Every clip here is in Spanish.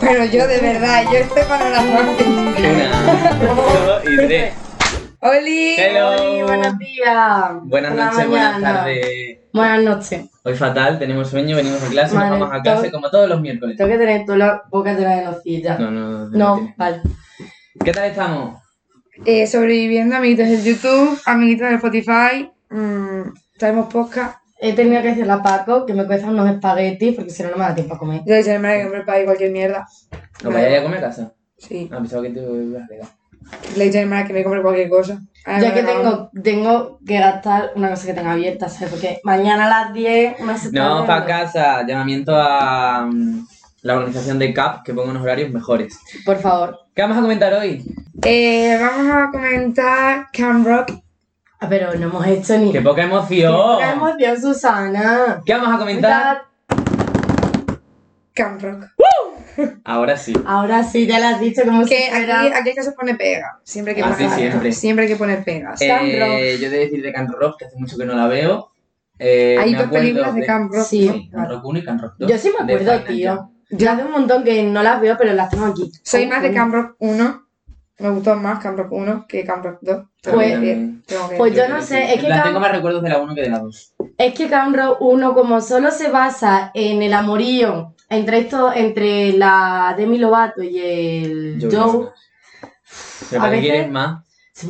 Pero yo de verdad, yo estoy para la muerte. Una, dos y tres. ¡Oli! Hello. Oli, buenos días. Buenas Buena noches, buenas mañana. tardes. Buenas noches. Hoy fatal, tenemos sueño, venimos a clase, Vale, nos vamos a clase todo- como todos los miércoles. Tengo que tener toda la boca de la enocilla. No, no, no. No, tiene. vale. ¿Qué tal estamos? Eh, sobreviviendo, amiguitos del YouTube, amiguitos del Spotify. mm, traemos podcast. He tenido que decirle a Paco que me cuesta unos espaguetis porque si no, no me da tiempo a comer. Yo soy el que me prepare cualquier mierda. ¿Nos vayáis a comer a casa? Sí. Ah, pensaba que te ibas a pegar. Le he dicho a mi hermana que me compre cualquier cosa. Ahora Ya me que lo acabo. tengo, tengo que gastar una cosa que tenga abierta, ¿sabes? Porque mañana a las 10 no se No, tarde, para casa. Llamamiento a mm, la organización de CAP que ponga unos horarios mejores. Por favor. ¿Qué vamos a comentar hoy? Eh, vamos a comentar Cam Rock. Ah, Pero no hemos hecho ni. ¡Qué poca emoción! ¡Qué emoción, Susana! ¿Qué vamos a comentar? Cam Rock. Ahora sí. Ahora sí, ya lo has dicho como Que si fuera- aquí, aquí es que se pone pega. Siempre hay que Ah, poner sí, siempre. Siempre hay que poner pegas. Eh, Camp Rock. Eh, yo he de decir de Camp Rock, que hace mucho que no la veo. Eh, Hay me dos acuerdo películas de Cam Rock. Sí. Sí, Camp Rock 1 y Camp Rock 2. Yo sí me de acuerdo, Final tío. Yo hace un montón que no las veo, pero las tengo aquí. Soy más de campo. Cam Rock 1. Me gustó más Cam Rock 1 que Cam Rock 2. Tengo Pues- que decir, tengo que pues decir. yo no sé, es que La Camp- tengo más recuerdos de la 1 que de la 2. Es que Camro 1 como solo se basa en el amorío entre esto, entre la Demi Lovato y el Joe, Pero A para qué veces- quieres más.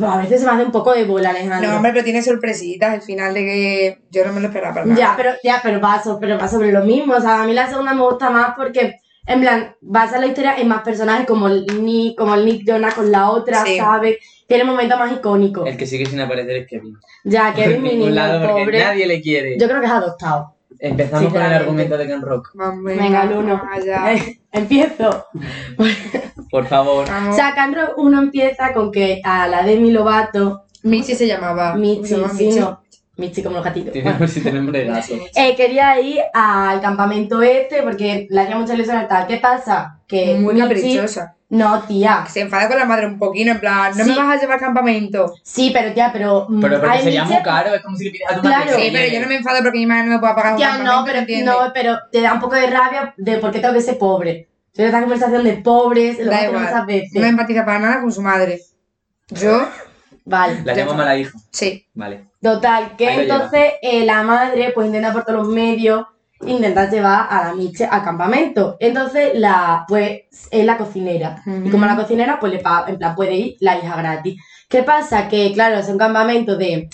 a veces se me hace un poco de bola, Alejandro. No, hombre, pero tiene sorpresitas el final de que yo no me lo esperaba para nada. ya, pero, ya, pero va, so- pero va sobre lo mismo. O sea, a mí la segunda me gusta más porque, en plan, basa la historia en más personajes como el Nick, como el Nick Jonas con la otra, Sí. ¿sabes? Tiene momentos más icónicos. El que sigue sin aparecer es Kevin. Ya, que es Por mi ningún niño, lado, el porque pobre. nadie le quiere. Yo creo que es adoptado. Empezamos Sí, con el claramente. argumento de Camp Rock. Vamos, Venga, Eh, el uno. vamos allá. Empiezo. Por favor. O Vamos. sea, Camro 1 empieza con que a la Demi Lovato Michi se llamaba. Michi, Se llama sí, Michi. no. Michi como los gatitos. Bueno. Tenemos si tenemos de gato. Eh, quería ir al campamento este porque le hacía mucha ilusión al tal. ¿Qué pasa? Que Muy Eh, Michi- caprichosa. No, tía. Se enfada con la madre un poquito, en plan, no Sí. me vas a llevar al campamento. Sí, pero tía, pero... mm, Pero porque ay, sería Michi- muy caro, es como si le pidieras a tu madre. Claro. que Sí, pero viene. yo no me enfado porque mi madre no me puede pagar un Tía, campamento, no pero, ¿entiendes? no, pero te da un poco de rabia de por qué tengo que ser pobre. Entonces, esta conversación de pobres, lo Da hemos tenido igual. muchas veces. No empatiza para nada con su madre. Yo, Vale. La llamo mala hija. sí. Vale. Total, que Ahí lo lleva. entonces eh, la madre pues intenta por todos los medios intentar llevar a la Miche al campamento. Entonces la pues es la cocinera. Y como la cocinera pues le paga, en plan puede ir la hija gratis. ¿Qué pasa? Que claro, es un campamento de,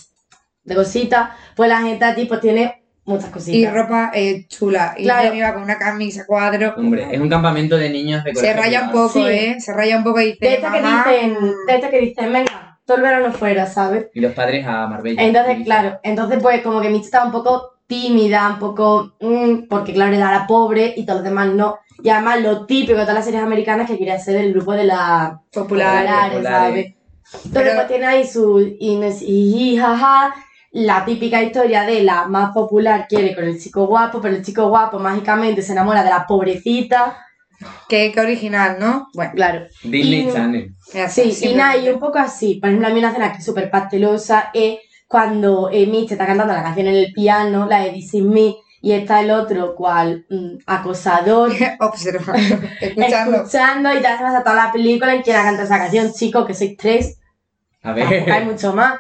de cositas, pues la gente a ti pues tiene muchas cositas. Y ropa eh, chula. Y Claro. yo me iba con una camisa cuadro. Hombre, es un campamento de niños de Se colegio raya un privado. poco, Sí. ¿eh? Se raya un poco y dice, de estas que "Mamá". dicen, de estas que dicen, venga, todo el verano fuera, ¿sabes? Y los padres a Marbella. Entonces, Y- claro, entonces pues como que Mitch estaba un poco tímida, un poco... mm, porque claro, era la pobre y todos los demás no. Y además lo típico de todas las series americanas que quería ser el grupo de las Popular. Popular. populares, ¿sabes? Entonces Pero- pues tiene ahí su... Ines y jaja, la típica historia de la más popular quiere con el chico guapo, pero el chico guapo mágicamente se enamora de la pobrecita. Qué, qué original, ¿no? Bueno, Claro. Disney Y- Channel. mira, Sí, y siempre- nada, y un poco así. Por ejemplo, a mí una escena que es súper pastelosa es cuando eh, Mitch está cantando la canción en el piano, la de This Is Me, y está el otro, cual mm, acosador, Observando, escuchando. escuchando, y te haces a toda la película en que la canta esa canción, chicos, que sois tres, A tampoco hay ver, mucho más.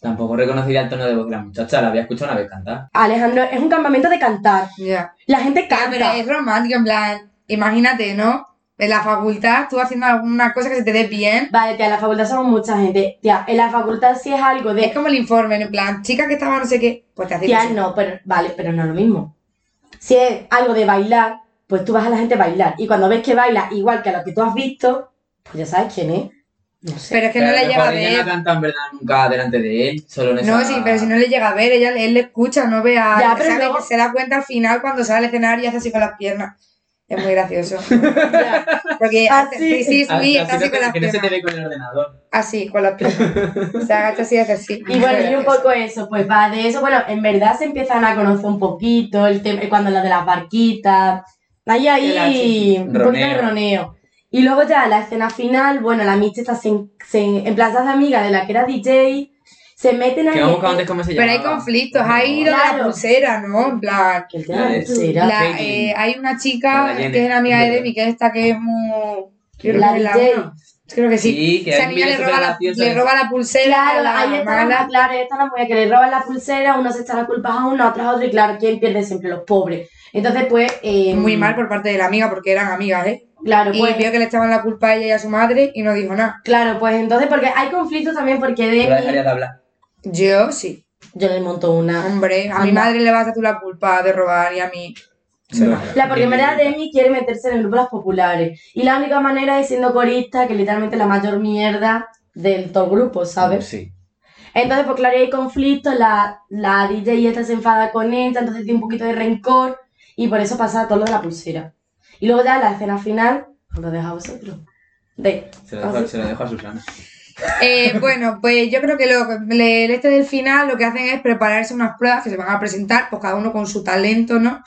tampoco reconocía el tono de voz de la muchacha, la había escuchado una vez cantar. Alejandro, es un campamento de cantar. Ya. La gente Ah, Pero canta. es romántico, en plan, imagínate, ¿no? En la facultad tú haciendo alguna cosa que se te dé bien. Vale, tía, en la facultad somos mucha gente. Tía, en la facultad sí es algo Es de... como el informe, en plan, chica que estaba no sé qué, pues te hace Tía, ilusión. no, pero vale, pero no es lo mismo. Si es algo de bailar, pues tú vas a la gente a bailar. Y cuando ves que baila igual que a lo que tú has visto, pues ya sabes quién es. No sé. Pero es que Pero no a le lo llega a mejor ella ver. no canta en verdad nunca delante de él, solo en esa... No, sí, pero si no le llega a ver, ella, él le escucha, no ve a... Ya, pero sabe luego- que se da cuenta al final cuando sale al escenario y hace así con las piernas. Es muy gracioso. Ya. Porque Así. hace- sí, sí, Ah, sí, está así así con no te- las que no se te piernas. ve con el ordenador. Así, con las piernas. Se agacha así y hace así. Y bueno, y un poco eso, pues va de eso. Bueno, en verdad se empiezan a conocer un poquito, el tema, cuando la de las barquitas, ahí ahí El un poquito de Roneo. roneo. Y luego ya la escena final, bueno, la Mitch está se, se, en plan, se hace amiga de la que era DJ, se meten ahí. Que hemos buscado antes cómo se llama. Pero hay conflictos, hay lo de la Claro. pulsera, ¿no? En plan, ¿Qué tema de La- pulsera? la, Caitlyn. eh, hay una La chica Jenny, que es la amiga es de verdad. Demi, que es esta que es muy... creo que La es DJ. uno. Creo que sí. Sí, que Esa hay niña le miles de eh. roba, la, graciosas. le roba la pulsera a Claro, la ahí está la, mala. claro, ahí está la mujer que le roban la pulsera, uno se echa las culpas a uno, otras a otro, y claro, ¿quién pierde siempre? Los pobres. Entonces, pues. eh, Muy mal por parte de la amiga, porque eran amigas, ¿eh? Claro, Y pues. vio que le echaban la culpa a ella y a su madre y no dijo nada. Claro, pues entonces, porque hay conflictos también, porque Yo la de. dejaría de hablar. Yo sí. Yo le monto una. Hombre, a mi Anda. madre le vas a tú la culpa de robar y a mí. Eso no. La eh, porque en verdad Demi quiere meterse en el grupo de las populares. Y la única manera es siendo corista, que literalmente es la mayor mierda del todo el grupo, ¿sabes? Sí. Entonces, pues claro, hay conflictos, la, la DJ esta se enfada con esta, entonces tiene un poquito de rencor y por eso pasa todo lo de la pulsera. Y luego ya la escena final, os lo dejo a vosotros. De, Se lo dejo, se lo dejo a Susana. Eh, bueno, pues yo creo que lo, le- el este del final lo que hacen es prepararse unas pruebas que se van a presentar, pues cada uno con su talento, ¿no?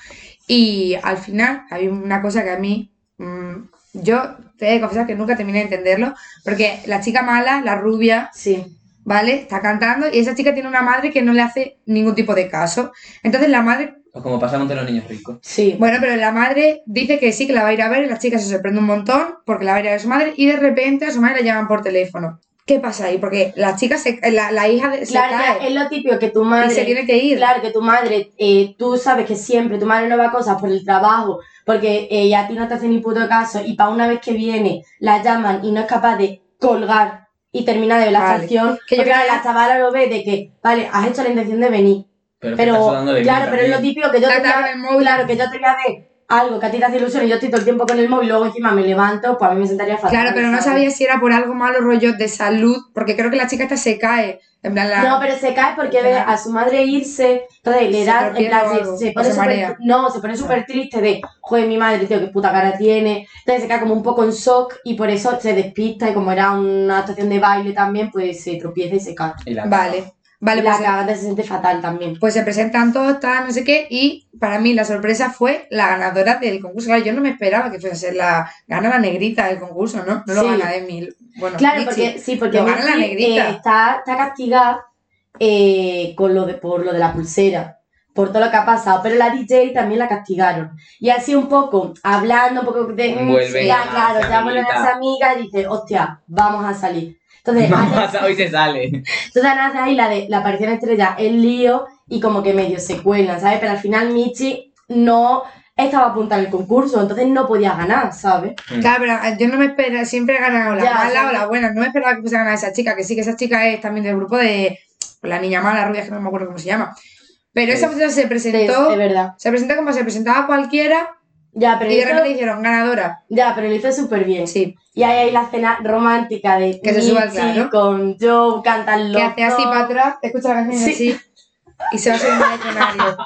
Y al final hay una cosa que a mí, mm, yo te he de confesar que nunca terminé de entenderlo, porque la chica mala, la rubia, sí. ¿vale? Está cantando y esa chica tiene una madre que no le hace ningún tipo de caso. Entonces la madre, O como pasa con todos los niños ricos. Sí. bueno, pero la madre dice que sí, que la va a ir a ver y la chica se sorprende un montón porque la va a ir a ver a su madre y de repente a su madre la llaman por teléfono. ¿Qué pasa ahí? Porque la chica, se, la, la hija de- se Claro, ya, cae es lo típico que tu madre. y se tiene que ir. Claro, que tu madre, eh, tú sabes que siempre tu madre no va a cosas por el trabajo, porque eh, y a ti no te hace ni puto caso, y para una vez que viene la llaman y no es capaz de colgar y termina de ver la Vale. estación, Que yo porque, creo claro, que- la chavala lo ve de que, vale, has hecho la intención de venir, Pero, que está pero sudando de mí claro, pero es lo también. típico que yo La te voy tabla a, del móvil. claro, que yo te voy a ver algo que a ti te hace ilusión y yo estoy todo el tiempo con el móvil, luego encima me levanto, pues a mí me sentaría fatal. Claro, pero no ¿sabes? sabía si era por algo malo rollo de salud, porque creo que la chica esta se cae. En plan, la... No, pero se cae porque ve a su madre irse, entonces le Se da, en tropieza plan, o algo, se, se o pone se marea. súper, no, se pone súper triste de, joder, mi madre, tío, qué puta cara tiene, entonces se cae como un poco en shock y por eso se despista y como era una actuación de baile también, pues se tropieza y se cae. Y la- Vale, vale, la pues, se- cagada se siente fatal también. pues se presentan todos, tal, no sé qué, y para mí la sorpresa fue la ganadora del concurso. Claro, yo no me esperaba que fuese a ser la gana la negrita del concurso, ¿no? No lo Sí. gana de mil. Bueno, Claro, Michi. porque sí, porque Lo gana la Missy, negrita. eh, está, está castigada eh, con lo de, por lo de la pulsera, por todo lo que ha pasado, pero la DJ también la castigaron. Y así un poco, hablando un poco de... mm, Vuelven ya, a claro, ser ya vuelven a amiguitas. esa amiga y dice, hostia, vamos a salir. Entonces, hace- Mamá, hoy se sale. entonces hace ahí la de la aparición estrella, el lío y como que medio se cuelan, ¿sabes? Pero al final Michi no estaba apuntada en el concurso, entonces no podía ganar, ¿sabes? Claro, pero ah, yo no me esperaba, siempre he ganado la Ya, mala sí. o la buena, no me esperaba que fuese a ganar esa chica, que sí que esa chica es también del grupo de la niña mala, rubia, que no me acuerdo cómo se llama. Pero esa Sí. muchacha se Es, presentó, es verdad. se presenta como se presentaba cualquiera Ya, pero y de hizo- repente dijeron ganadora. ya, pero lo hizo súper bien. Sí, Y ahí hay la escena romántica de Que se suba al Mitzi claro. con Joe, cantan los que hace así dos. para atrás, escucha la canción Sí. así y se va a subir al escenario.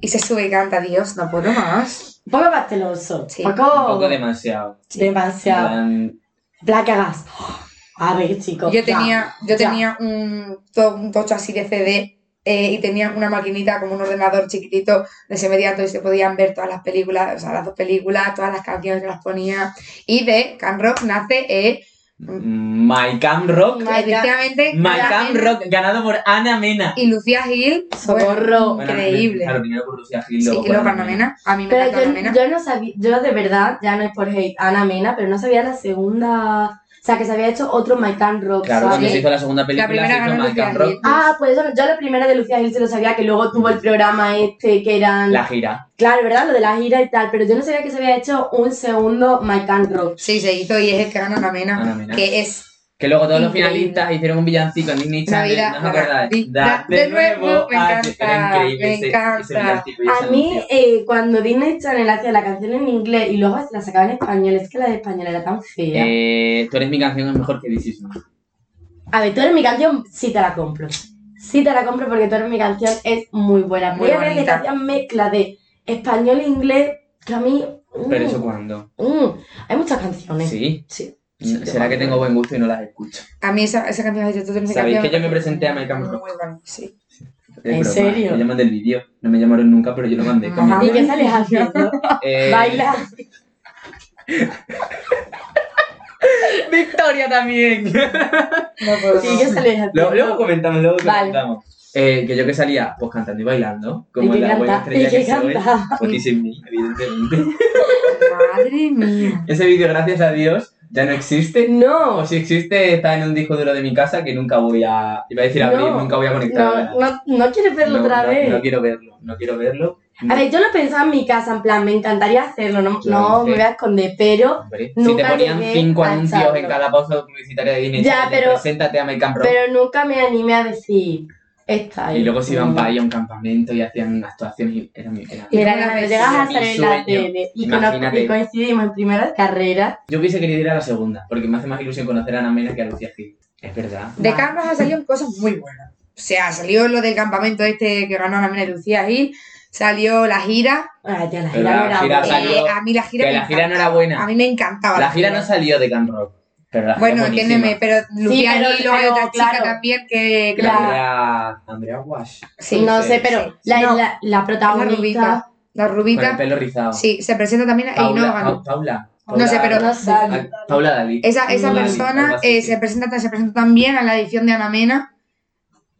Y se sube y canta, Dios, no puedo más. Un poco pasteloso. Sí. Poco... Un poco demasiado. Oh. demasiado. En La cagas. "Oh, A ver, chicos. Yo ya, tenía, yo ya. tenía un, to- un tocho así de CD eh, y tenía una maquinita como un ordenador chiquitito de ese mediato y se podían ver todas las películas, o sea, las dos películas, todas las canciones que las ponía. Y de Can Rock nace, eh, plan, mm, My Cam Rock. My Cam- efectivamente, My Ana Cam Mena Rock, ganado por Ana Mena. y Lucía Gil, Socorro. bueno, Bueno, increíble. Claro, primero por Lucía Gil, Sí, luego y por luego Ana Ana Mena, a mí me Pero encanta Ana yo, Mena. yo no sabía, yo de verdad, ya no es por hate, Ana Mena, pero no sabía la segunda, o sea, que se había hecho otro My Can Rock, Claro, ¿sabes? cuando se hizo la segunda película, primera se ganó hizo My Lucía Cam Gil. Rock. Ah, pues eso, yo la primera de Lucía Gil se lo sabía, que luego tuvo el programa este, que eran, La gira. claro, ¿verdad? Lo de la gira y tal, pero yo no sabía que se había hecho un segundo My Can Rock. Sí, se hizo y es el que gana Ana Mena, Ana Mena. que es Que luego todos los Increíble. finalistas hicieron un villancico en Disney Channel. Navidad, ¿No os acordáis? Navidad, Da de nuevo, me Ah, sí, encanta, Era increíble me ese, encanta. ese villancico y A ese mí, anuncio. eh, cuando Disney Channel hacía la canción en inglés y luego la sacaba en español, es que la de español era tan fea. Eh, tú eres mi canción, es mejor que This Is Me. A ver, tú eres mi canción, sí te la compro. Sí te la compro porque tú eres mi canción, es muy buena. Muy Voy a ver que bonita. hacían mezcla de español e inglés, que a mí... mm, Uh. Pero eso cuando. mm, hay muchas canciones. Sí. Sí. Sí, ¿Será te que mando. tengo buen gusto y no las escucho? A mí esa, esa canción de tú tienes mi Sabéis canción, que yo me presenté a muy My Cam Rock. buena, sí. Es ¿En broma, serio? Me llaman del vídeo. No me llamaron nunca, pero yo lo mandé. con mi Mamá. ¿Y qué hermano. sales haciendo? Eh, Baila. ¡Víctor! historia también. No puedo. Sí, yo se lo dije al pues, Lo- tío. luego comentamos, luego Vale. comentamos. Eh, que yo que salía pues cantando y bailando, como Y que la buena canta, estrella y que que soy. canta. Pues dicen mí, evidentemente. Madre mía. Ese vídeo, gracias a Dios, ya no existe. No, O si existe, está en un disco duro de mi casa que nunca voy a. Iba a decir abrir, No. nunca voy a conectar. no, no, no quieres verlo No, otra no, vez. No quiero verlo, no quiero verlo. A ver, yo lo pensaba en mi casa, en plan, me encantaría hacerlo, no, Yo no lo hice. me voy a esconder, pero, Hombre, si te nunca ponían llegué cinco a anuncios en echarlo. cada pausa publicitaria de Disney, Ya, Channel, de pero- preséntate a My Camp Rock. pero nunca me animé a decir, esta Y luego se iban para ahí. ahí a un campamento y hacían actuaciones y era mi. Era... Mira, Una cuando vez llegas a sí, salir en un la sueño. tele y, que nos- Imagínate. y coincidimos en primeras carreras, Yo hubiese querido ir a la segunda, porque me hace más ilusión conocer a Ana Mena que a Lucía Gil. Es verdad. De Vale. Canvas ha salido cosas muy buenas. O sea, salió lo del campamento este que ganó la mina de Lucía Gil, salió la gira. ah, ya Pero la gira la no era gira buena. salió- Eh, a mí la gira que me la gira no encantaba. era buena. A mí me encantaba. La gira no salió de Camp Rock, pero la gira Ah, Bueno, es entiéndeme, buenísima. pero Lucía pero- Gil, luego hay pero, otra claro. chica también que... que La- Andrea, Andrea Wash. Sí, no sé, sí, pero sí. la, No. la- la la protagonista... rubita. La Con el rubita. pelo rizado. Sí, se presenta también y Paula, no ganó. Pa- Paula, No sé, Paula- pero- no Ah, sé. Paula Dalí. Esa, esa Vale, persona algo así, eh, sí. se, presenta, se presentó también a la edición de Ana Mena,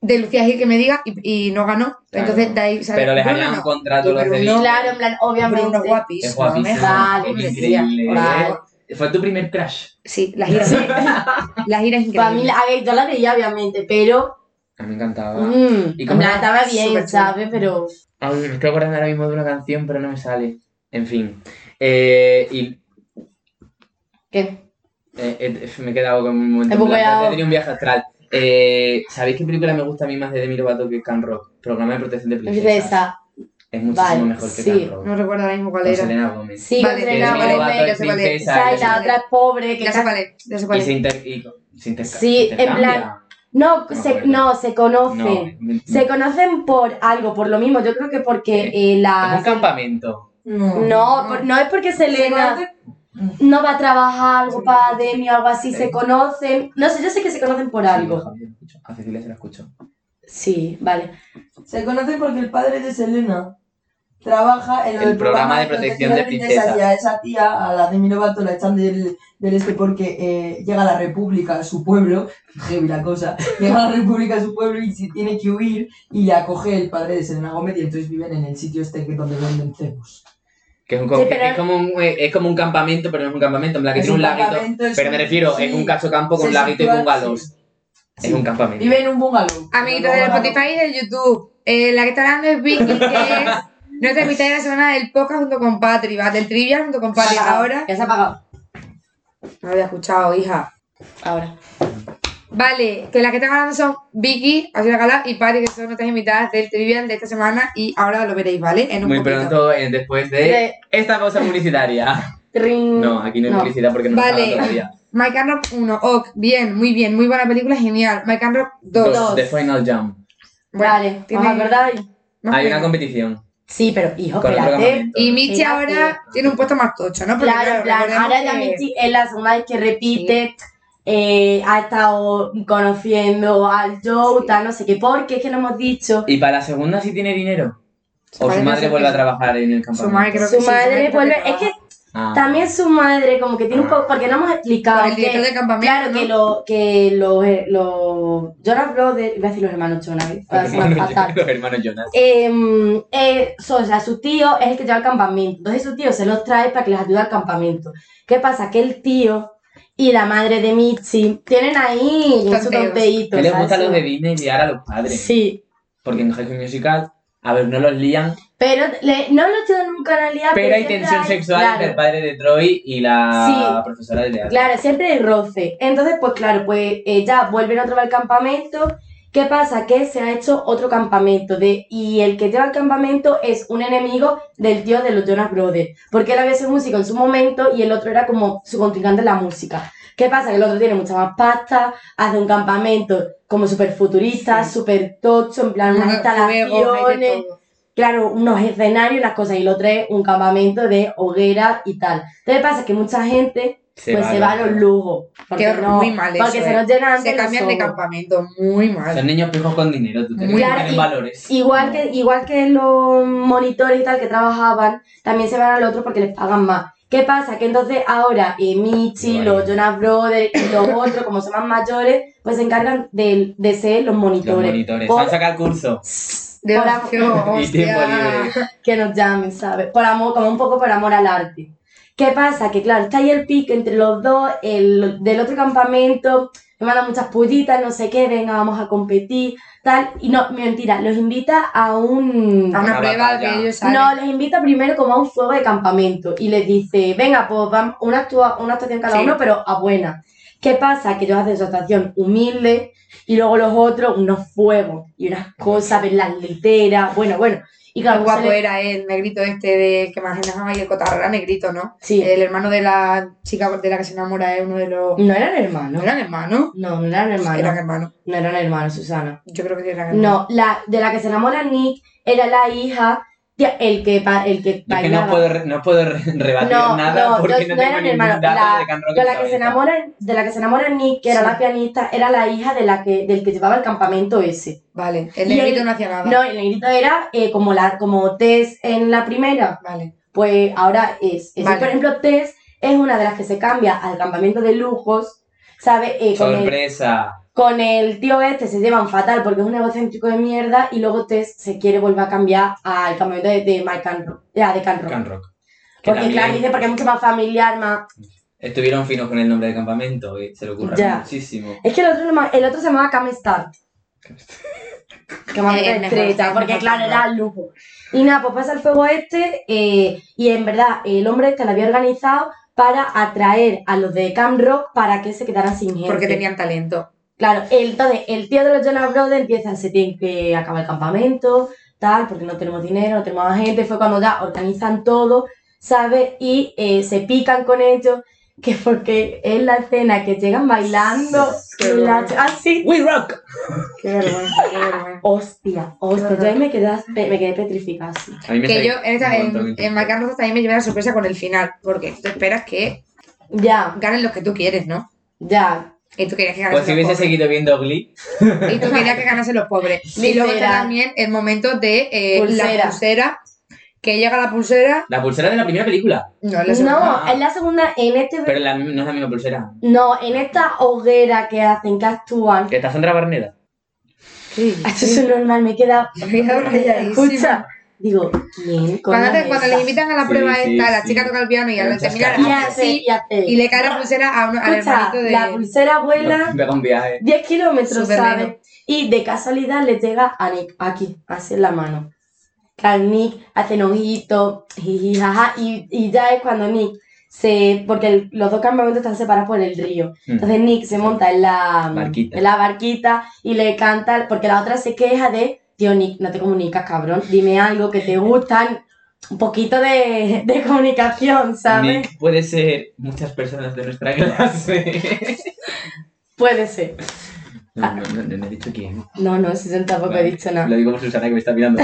de Lucía Gil que me diga, y, y no ganó. Claro. Entonces de ahí sale. Pero les Bruno harían un no. contrato Y los de Bruno- Disney. Claro, en plan, Bruno obviamente. guapísimo. Es guapísimo. mejor, Vale, hombre, es tía. increíble. Eh, Vale. Fue tu primer crash. Sí, la gira, la gira es Para mí, increíble. la- a ver, yo la veía obviamente, pero... A mí me encantaba. Ah. mm, ¿Y en cómo plan, era? estaba bien, Súper ¿sabes? Pero... Ay, me estoy acordando ahora mismo de una canción, pero no me sale. En fin. Eh, y ¿Qué? eh, eh, me he quedado con un momento. He en blanco. bugueado. He tenido un viaje astral. Eh, ¿Sabéis qué película me gusta a mí más de Demi Lovato que Can Rock? Programa de protección de princesas. Princesa. Es muchísimo Vale, mejor que sí. Can Rock. No recuerdo ahora mismo cuál Con era. Ya Selena Gómez. Vale, Sí, Que con tiene Selena Demi vale, Gómez. Lovato ya es sé cuál es. Pues princesa. y Esa y la otra es pobre. Que sé casi- cuál es, ya sé cuál Y es. se, inter- y se interca- Sí, se en plan, intercambia. No, No me se, acuerdo. no, se conocen. No, me- Se conocen por algo, por lo mismo. Yo creo que porque eh, es la. un campamento. No, por- no es porque Selena no va a trabajar algo para Demi o algo así. Se conocen. No sé, yo sé que se conocen por Sí, algo. Javier, lo escucho. A Cecilia se la escucho. Sí, vale. Se conoce porque el padre de Selena trabaja en El programa de protección de princesas. Y a esa tía, a la de Milovato, la echan del, del este porque eh, llega a la República, a su pueblo, heavy la cosa, llega a la República, a su pueblo y se tiene que huir y le acoge el padre de Selena Gómez y entonces viven en el sitio este que donde venden cebos. Que es, un, Sí, que pero- es como un, eh, es como un campamento, pero no es un campamento, en plan que Es tiene un un laguito. campamento, es Pero un- me refiero, sí, es un cacho campo con Se laguito y sitúa- bungalows. sí. Es Sí. un campamento. Vive en un bungalow. Amiguitos En de un bungalow. Spotify y de YouTube, eh, la que está hablando es Vicky, que es nuestra invitada de la semana del podcast junto con Patri, va, del trivia junto con Patri. Ahora Ya se ha apagado. no había escuchado, hija. Ahora. Vale, que las que están hablando son Vicky, Asier Galá y Patri, que son nuestras invitadas del trivial de esta semana y ahora lo veréis, ¿vale? En un Muy poquito. pronto, eh, después de De- esta pausa publicitaria. Trin. No, aquí no hay No. publicidad porque no Vale. está todavía. My Can Rock 1, ok, bien, muy bien, muy buena película, genial. My Can Rock 2. Dos, The Final Jump. Bueno, vale, ¿os tiene- acordáis? más Hay o una menos. competición Sí, pero hijo, con otro espérate. campamento. Y Michi Mira, ahora tiene un puesto más tocho, ¿no? Porque, Claro, en plan, recordemos ahora ya que- Michi es la segunda vez que repite, eh, ha estado conociendo al Joe, tal, no sé qué, porque es que no hemos dicho. Y para la segunda sí tiene dinero. O Parece su madre ser vuelve que a sí. trabajar en el campamento. Su madre creo que Su sí, madre creo vuelve, que es que Ah. también su madre como que tiene un Ah. poco, porque no hemos explicado Por el director que- del campamento, claro, que ¿no? lo, que los, eh, los Jonas Brothers, iba a decir los hermanos Jonas, eh, ahora Los suena hermanos, fatal. los hermanos Jonas. Eh, eh, so- o sea, su tío es el que lleva al campamento. Entonces su tío se los trae para que les ayude al campamento. ¿Qué pasa? Que el tío y la madre de Michi tienen ahí Tonteos. su tonteíto. Que les ¿sabes? gusta a los de Disney liar a los padres. pues Sí, Porque en High School Musical, a ver, no los lían, pero le- no los llevan nunca en realidad. pero hay siempre tensión sexual claro, entre el padre de Troy y la Sí. profesora de teatro. Claro, siempre hay roce. Entonces, pues claro, pues eh, ya vuelven otra vez al campamento. ¿Qué pasa? Que se ha hecho otro campamento de, y el que lleva al campamento es un enemigo del tío de los Jonas Brothers, porque él había sido músico en su momento y el otro era como su contrincante en la música. ¿Qué pasa? Que el otro tiene mucha más pasta, hace un campamento como súper futurista, Sí. súper tocho, en plan unas Bueno, juegos, hay de instalaciones, todo. claro, unos escenarios, unas cosas, y el otro es un campamento de hoguera y tal. Entonces pasa que mucha gente pues se van los lujos. Porque Qué horror, no, muy mal Porque eso, se eh. nos llenan antes Se los cambian de ojos. campamento, muy Son mal. niños pijos con dinero, tú te Muy crees que claro, tienen y- valores. Igual que, igual que los monitores y tal que trabajaban, también se van al otro porque les pagan más. ¿Qué pasa? Que entonces ahora eh, Michi, Bueno. los Jonas Brothers y los otros, como son más mayores, pues se encargan de, de ser los Los monitores. monitores. Por- Se han sacado el curso. Dios, Por amor- qué hostia. Y tiempo libre. que nos llamen, ¿sabes? Por amor, como un poco por amor al arte. ¿Qué pasa? Que claro, está ahí el pique entre los dos, el del otro campamento, me mandan muchas pullitas, no sé qué, venga, vamos a competir, tal. Y no, mentira, los invita a un... A una Una prueba que batalla. ellos salen. No, les invita primero como a un fuego de campamento y les dice, venga, pues van una, actua- una actuación cada Sí. uno, pero a buena. ¿Qué pasa? Que ellos hacen su actuación humilde y luego los otros unos fuegos y unas cosas, ven las literas, bueno, bueno. Y Qué claro, pues se guapo les- era el negrito este de que más enajenaba y el cotarro era negrito, ¿no? Sí, El hermano de la chica de la que se enamora es uno de los. no eran ¿No hermanos. eran hermanos? No, no eran Eran hermanos. hermanos. No eran hermanos, Susana. Yo creo que sí eran hermanos. No, la de la que se enamora Nick era la hija, de- el que, pa- el que Yo es que no bailaba. puedo, re- no puedo re- rebatir No, nada no, porque yo- no no tengo era mi ningún hermano, dato la- de Can Rock De en la, que se cabeza. enamora, de la que se enamora Nick, que era Sí. la pianista, era la hija de la que, del que llevaba el campamento ese. Vale, el Y negrito el- no hacía nada. No, el negrito era eh, como, la, como Tess en la primera, Vale. pues ahora es. es- Vale. Por ejemplo, Tess es una de las que se cambia al campamento de lujos, ¿sabes? Eh, con, el, Sorpresa. con el tío este se llevan fatal porque es un egocéntrico de mierda y luego Tess se quiere volver a cambiar al campamento de, de Mike Can Rock. ya, de Can Rock. Can Rock. Que Porque claro, también dice porque es mucho más familiar, más... estuvieron finos con el nombre de campamento. y se le ocurre Ya. muchísimo. Es que el otro, no ma- el otro se llamaba Cam Start. Que me Eh, el Eh, mejor, estrella, el porque mejor claro, Cam era el lujo. Y nada, pues pasa el fuego este, eh, y en verdad el hombre este lo había organizado para atraer a los de Cam Rock para que se quedaran sin gente. Porque tenían talento. Claro, el- entonces el tío de los Jonas Brothers empieza, se tiene que acabar el campamento, tal, porque no tenemos dinero, no tenemos más gente. Fue cuando ya organizan todo, ¿sabes? Y eh, se pican con ellos, que porque es la escena que llegan bailando. Qué la- Ah, vergüenza. así. We Rock. Qué vergüenza, qué vergüenza. Hostia, hostia, horror. yo ahí me quedé, as- pe- me quedé petrificada así. A mí me Que sale yo en, esta, un en, montón en My Can Rock también me llevé la sorpresa con el final. Porque tú te esperas que Ya, ganen los que tú quieres, ¿no? ya. Y tú querías que Pues si ganasen los hubiese pobres. seguido viendo Glee, Y tú querías que ganasen los pobres. Y luego está Literal. también el momento de eh, Pulsera. la pulsera. Que llega la pulsera. la pulsera de la primera película. No, la segunda. No, en la segunda, en este. Pero la- no es la misma pulsera. No, en esta hoguera que hacen, que actúan. Que está Sandra Barneda. Sí, Eso es normal, me he quedado. Me he quedado rayadísima. Escucha, digo, ¿quién? Cuando, te- coño cuando es les esa? invitan a la Sí, prueba sí, esta, la sí. chica toca el piano y Pero al esas terminar caras. Y hace hace, así y hace. y le cae la pulsera a uno- al Escucha, hermanito de... la pulsera vuela Me hago un viaje. 10 kilómetros, Súper ¿sabes? lejos. Y de casualidad le llega a Nick, aquí, así en la mano. Claro, Nick hace un ojito, jiji, jaja, y, y ya es cuando Nick se. Porque el- los dos campamentos están separados por el río. Hmm. Entonces Nick se monta en la Barquita. en la barquita y le canta, porque la otra se queja de, tío Nick, no te comunicas, cabrón, dime algo que te gusta, un poquito de, de comunicación, ¿sabes? Nick puede ser muchas personas de nuestra clase. Puede ser. No, no, no, no, no he dicho quién. No, no, si yo tampoco he Vale, dicho nada. Lo digo por Susana que me está mirando.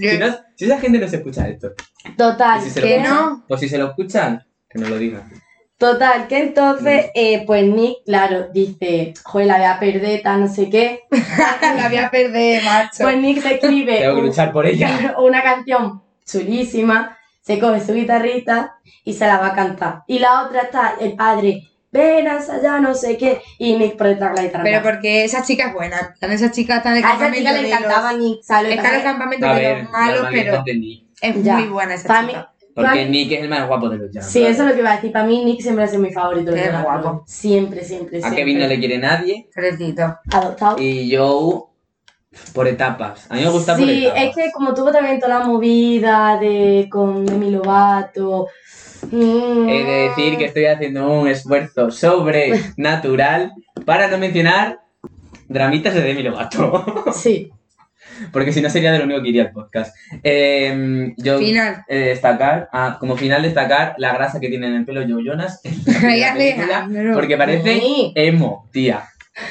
Yo- si, no- si esa gente no se escucha esto. Total, Y si se lo que escucha. no. no. Pues si se lo escuchan, que nos lo digan. Total, que entonces, eh, pues Nick, claro, dice, joder, la voy a perder, tal, no sé qué. la voy a perder, macho. Pues Nick se escribe Tengo que un- luchar por ella. una canción chulísima, se coge su guitarrita y se la va a cantar. Y la otra está el padre, ven hasta allá, no sé qué, y Nick por detrás con la guitarra. Pero porque esa chica es buena. en plan, Esa chica está en el a esa campamento chica le de encantaba los... Nick, ¿sabes? Está en el campamento A de ver, los malos, la pero realidad de Nick. es Ya. muy buena esa Para mí, chica. Porque Vale. Nick es el más guapo de los Jonas sí, eso es Brothers. lo que iba a decir. Para mí, Nick siempre es mi favorito. de Qué los guapo. Jonas. Siempre, siempre, A siempre. Kevin no le quiere nadie. Pobrecito. Adoptado. Y Joe, por etapas. A mí me gusta por Sí, etapas. es que como tuvo también toda la movida de con Demi Lovato. mm, He de decir que estoy haciendo un esfuerzo sobrenatural para no mencionar dramitas de Demi Lovato. Sí, Porque si no sería de lo único que iría al podcast. Em, yo Final. he de destacar, ah, como final destacar, la grasa que tiene en el pelo Joe Jonas. en la Ya primera película, Alejandro. porque parece Sí. emo, tía.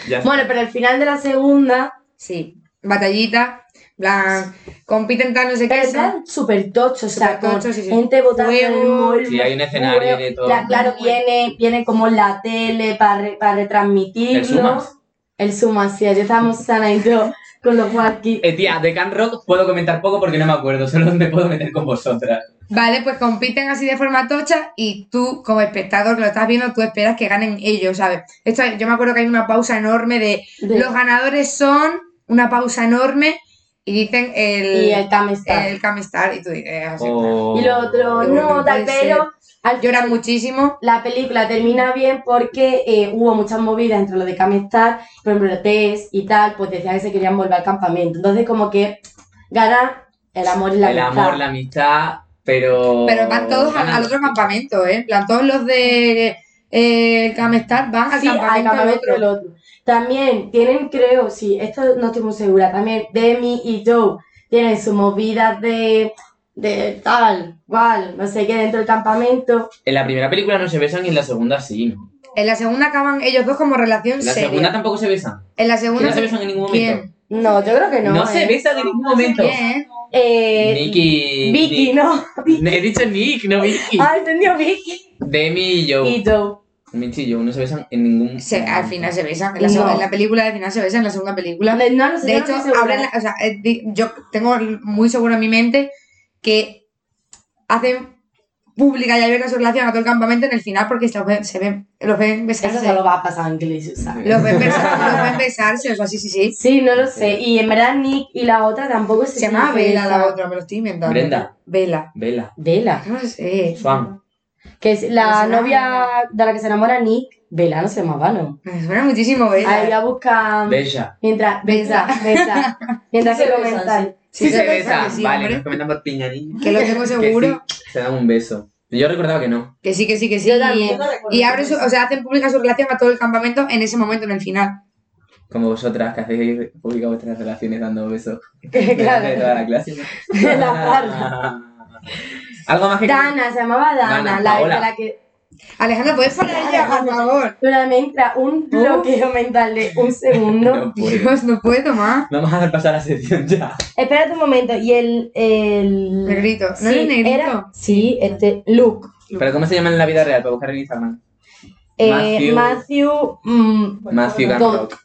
Ya está. Bueno, pero el final de la segunda, Sí. Batallita. en plan, compiten tal, no sé qué. pero son- eran súper tochos, o sea, con Supertochos, sí, sí. gente botando en el Fuego. mol- Sí, hay un escenario fuego. de todo. La- claro, viene, viene como la tele para, re- para retransmitirlo. El Sumas. El Sumas, sí, ayer estábamos Sana y yo con los walkies. Eh, tía, de Can Rock puedo comentar poco porque no me acuerdo, solo me puedo meter con vosotras. Vale, pues compiten así de forma tocha y tú, como espectador que lo estás viendo, tú esperas que ganen ellos, ¿sabes? Esto, es- yo me acuerdo que hay una pausa enorme de De- los ganadores son una pausa enorme y dicen el, y el camestar. el Camstar y tú dices, "Ah, así, O- Y lo otro, Pero no, Eh, oh, no tal, puede ser. pero al lloran muchísimo. la película termina bien porque eh, hubo muchas movidas entre lo de Camestar, por ejemplo, Tess y tal, pues decían que se querían volver al campamento. Entonces, como que gana el amor y la el amistad. amor, la amistad, pero. Pero van todos al, ganan- al otro campamento, ¿eh? En plan, todos los de eh, Camstar van al Sí, al campamento del campamento otro. del otro. También tienen, creo, sí, esto no estoy muy segura, también Demi y Joe tienen su movida de, de tal, cual, no sé qué, dentro del campamento. En la primera película no se besan y en la segunda sí, ¿no? En la segunda acaban ellos dos como relación En la seria. segunda tampoco se besan. En la No segunda se besan en ningún ¿Quién? momento. No, yo creo que no. No se ¿eh? besan en ningún momento. Bien. Eh, Nicky. Vicky, no. Nick- He dicho Nick, no Vicky. Ah, entendió Vicky. Demi y Joe. Y Joe. Mitch y Joe no se besan en ningún Se- al momento. final se besan. En la, No. segunda- en la película de final se besan, en la segunda película. No, no sé, De yo no hecho, estoy segura. ahora, en la- o sea, eh, di- yo tengo muy seguro en mi mente que hacen pública y abierta su relación a todo el campamento en el final porque se los ven, se ven- los ven Eso besarse. solo va a pasar en Glee, Susana. Los ven besarse, los ven besarse, o sea, sí, sí, sí. Sí, no lo sé. Y en verdad Nick y la otra tampoco Se se llama sienten Vela la esa- otra, me lo estoy inventando. Brenda. Vela. Vela. Vela. No lo sé. Swan. Que es la Pues nada. novia de la que se enamora Nick, Vela no se llamaba, ¿no. Me suena muchísimo Ahí voy Vela. a buscar. Bella. Mientras, Besa. besa, besa. Mientras Sí que se besan, comentan. Sí Sí, se besan, besan. que sí, vale, hombre. nos comentan por pinganillo. Que lo tengo seguro. Que sí, se dan un beso. Yo recordaba que no. Que sí, que sí, que sí. Yo también. Yo no recuerdo Y abren su, eso. o sea, hacen pública su relación a todo el campamento en ese momento, en el final. Como vosotras que hacéis pública vuestras relaciones dando besos. Delante De claro. toda la clase. La parda. Algo más que. Dana, se llamaba Dana, Dana, la, de Paola. la que. Alejandra, ¿puedes parar ya, por favor? Pero me entra un bloqueo mental de un segundo. No puedo. Dios, no puedo más. Vamos a pasar a la sección ya. Espérate un momento. Y el. el... Negrito. ¿No Sí, era el negrito? era- sí, este. Luke. Pero ¿cómo se llama en la vida real? Para buscar en Instagram. Eh, Matthew. Matthew. mm, Matthew Todo. Gunrock.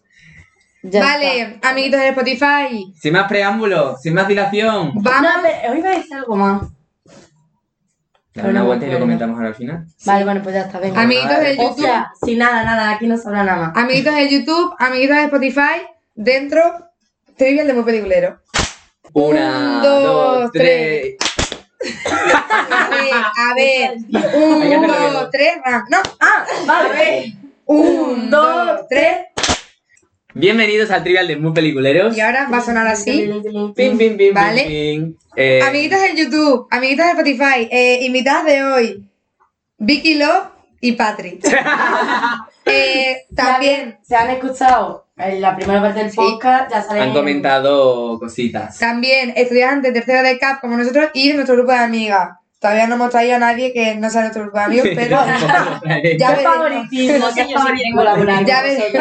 ya está. vale, amiguitos de Spotify, Sin más preámbulo, sin más dilación. No, vamos. pero hoy iba a decir algo más. Dale Pero una no vuelta y lo puedo. comentamos ahora al final. Vale, bueno, pues ya está, venga. amiguitos de O YouTube, sea, sin nada, nada, aquí no se habla nada más. amiguitos de YouTube, amiguitos de Spotify, dentro, trivial de muy peliculero. Una, Un, dos, dos, tres. A ver, a ver. Un, Hay que dos, hacerlo. tres, ram- No, ah, Vale. un, dos, tres. Bienvenidos al trivial de Muy Peliculeros. Y ahora va a sonar así. Pim, pim, pim, Vale. pim, pim. Eh, Amiguitos de YouTube, amiguitos de Spotify, eh, invitadas de hoy, Vicky Love y Patrick. Eh, también, Se han escuchado en la primera parte del podcast, ya saben. han comentado cositas. También estudiantes de tercero de CAP como nosotros y de nuestro grupo de amigas. Todavía no hemos traído a nadie que no sea nuestro grupo de amigos, pero ya Ya veremos. favoritismo, si ellos sí quieren colaborar. Ya con